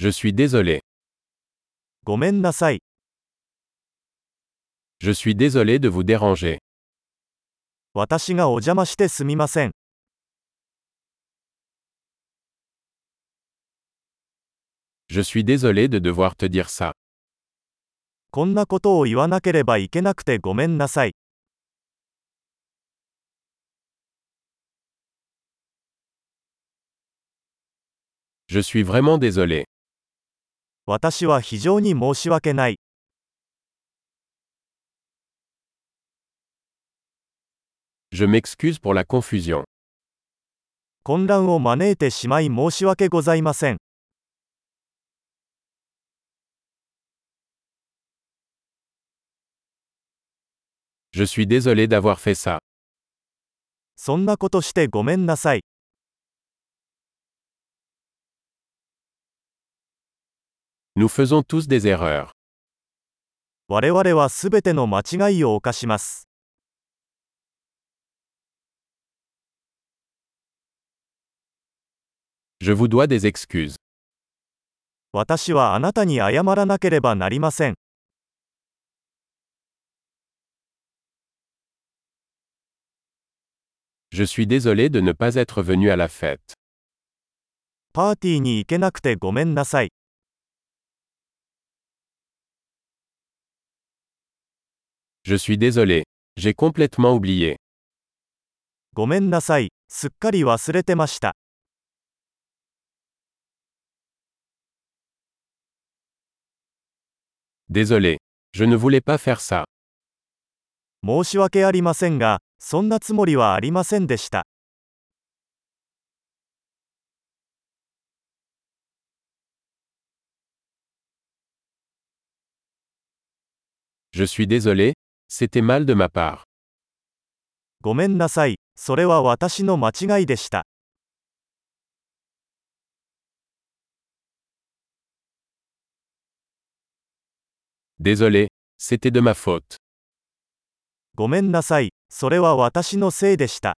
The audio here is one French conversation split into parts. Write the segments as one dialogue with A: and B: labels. A: Je suis désolé.
B: ごめんなさい。
A: Je suis désolé de vous déranger.
B: 私がお邪魔してすみません。
A: Je suis désolé de devoir te dire ça.
B: こんなことを言わなければいけなくてごめんなさい。
A: Je suis vraiment désolé.
B: 私は非常に申し訳ない。
A: Je m'excuse pour la confusion.
B: 混乱を招いてしまい申し訳ございません。
A: Je suis désolé d'avoir fait ça.
B: そんなことしてごめんなさい。
A: Nous faisons tous des erreurs.
B: 我々はすべての間違いを犯します。
A: Je vous dois des excuses.
B: 私はあなたに謝らなければなりません。
A: Je suis désolé de ne pas être venu à la fête.
B: パーティーに行けなくてごめんなさい。
A: Je suis désolé. J'ai complètement oublié.
B: ごめんなさい。すっかり忘れてました。
A: Désolé. Je ne voulais pas faire ça.
B: 申し訳ありませんが、そんなつもりはありませんでした。
A: Je suis désolé. C'était mal de ma part.
B: ごめんなさい。それは私の間違いでした。
A: Désolé. C'était de ma faute.
B: ごめんなさい。それは私のせいでした。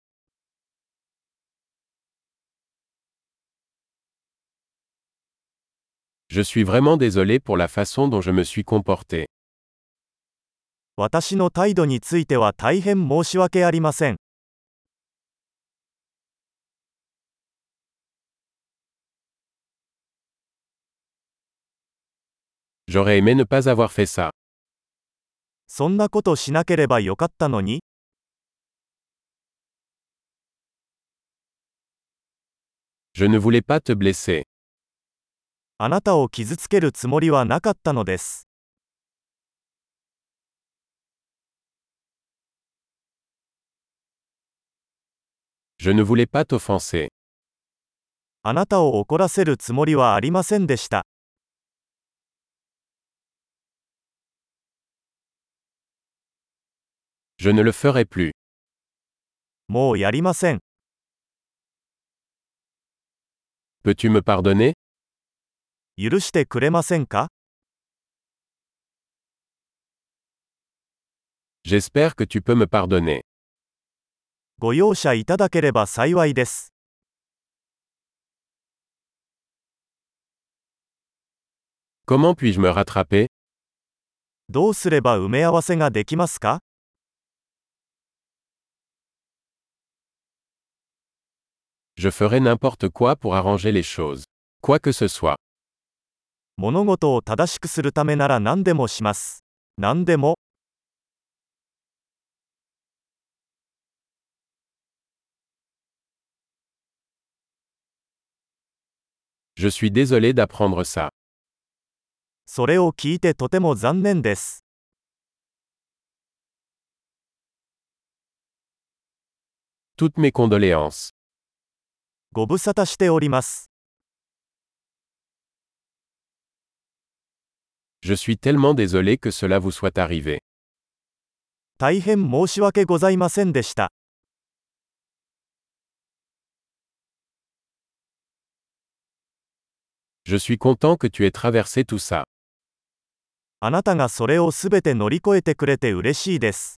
A: Je suis vraiment désolé pour la façon dont je me suis comporté.
B: 私の態度については大変申し訳ありません。
A: J'aurais aimé ne pas avoir fait ça.
B: そんなことしなければよかったのに、
A: Je ne voulais pas te blesser.
B: あなたを傷つけるつもりはなかったのです。
A: Je ne voulais pas t'offenser.
B: あなたを怒らせるつもりはありませんでした。
A: Je ne le ferai plus.
B: もうやりません。
A: Peux-tu me pardonner
B: 許してくれませんか
A: J'espère que tu peux me pardonner.
B: ご容赦いただければ幸いです。
A: Comment puis-je me rattraper
B: どうすれば埋め合わせができますか
A: Je ferai n'importe quoi pour arranger les choses. Quoi que ce soit.
B: 物事を正しくするためなら何でもします。何でも、
A: Je suis désolé d'apprendre ça.
B: それを聞いてとても残念です。
A: Toutes mes condoléances.
B: ご無沙汰しております。
A: Je suis tellement désolé que cela vous soit arrivé.
B: 大変申し訳ございませんでした。
A: Je suis content que tu aies traversé tout ça.
B: あなたがそれをすべて乗り越えてくれて嬉しいです。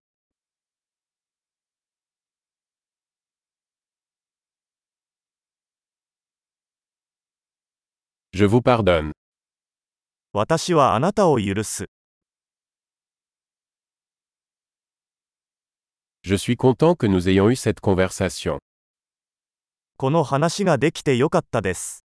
A: Je vous pardonne.
B: 私はあなたを許す。
A: Je suis content que nous ayons eu cette conversation.
B: この話ができてよかったです。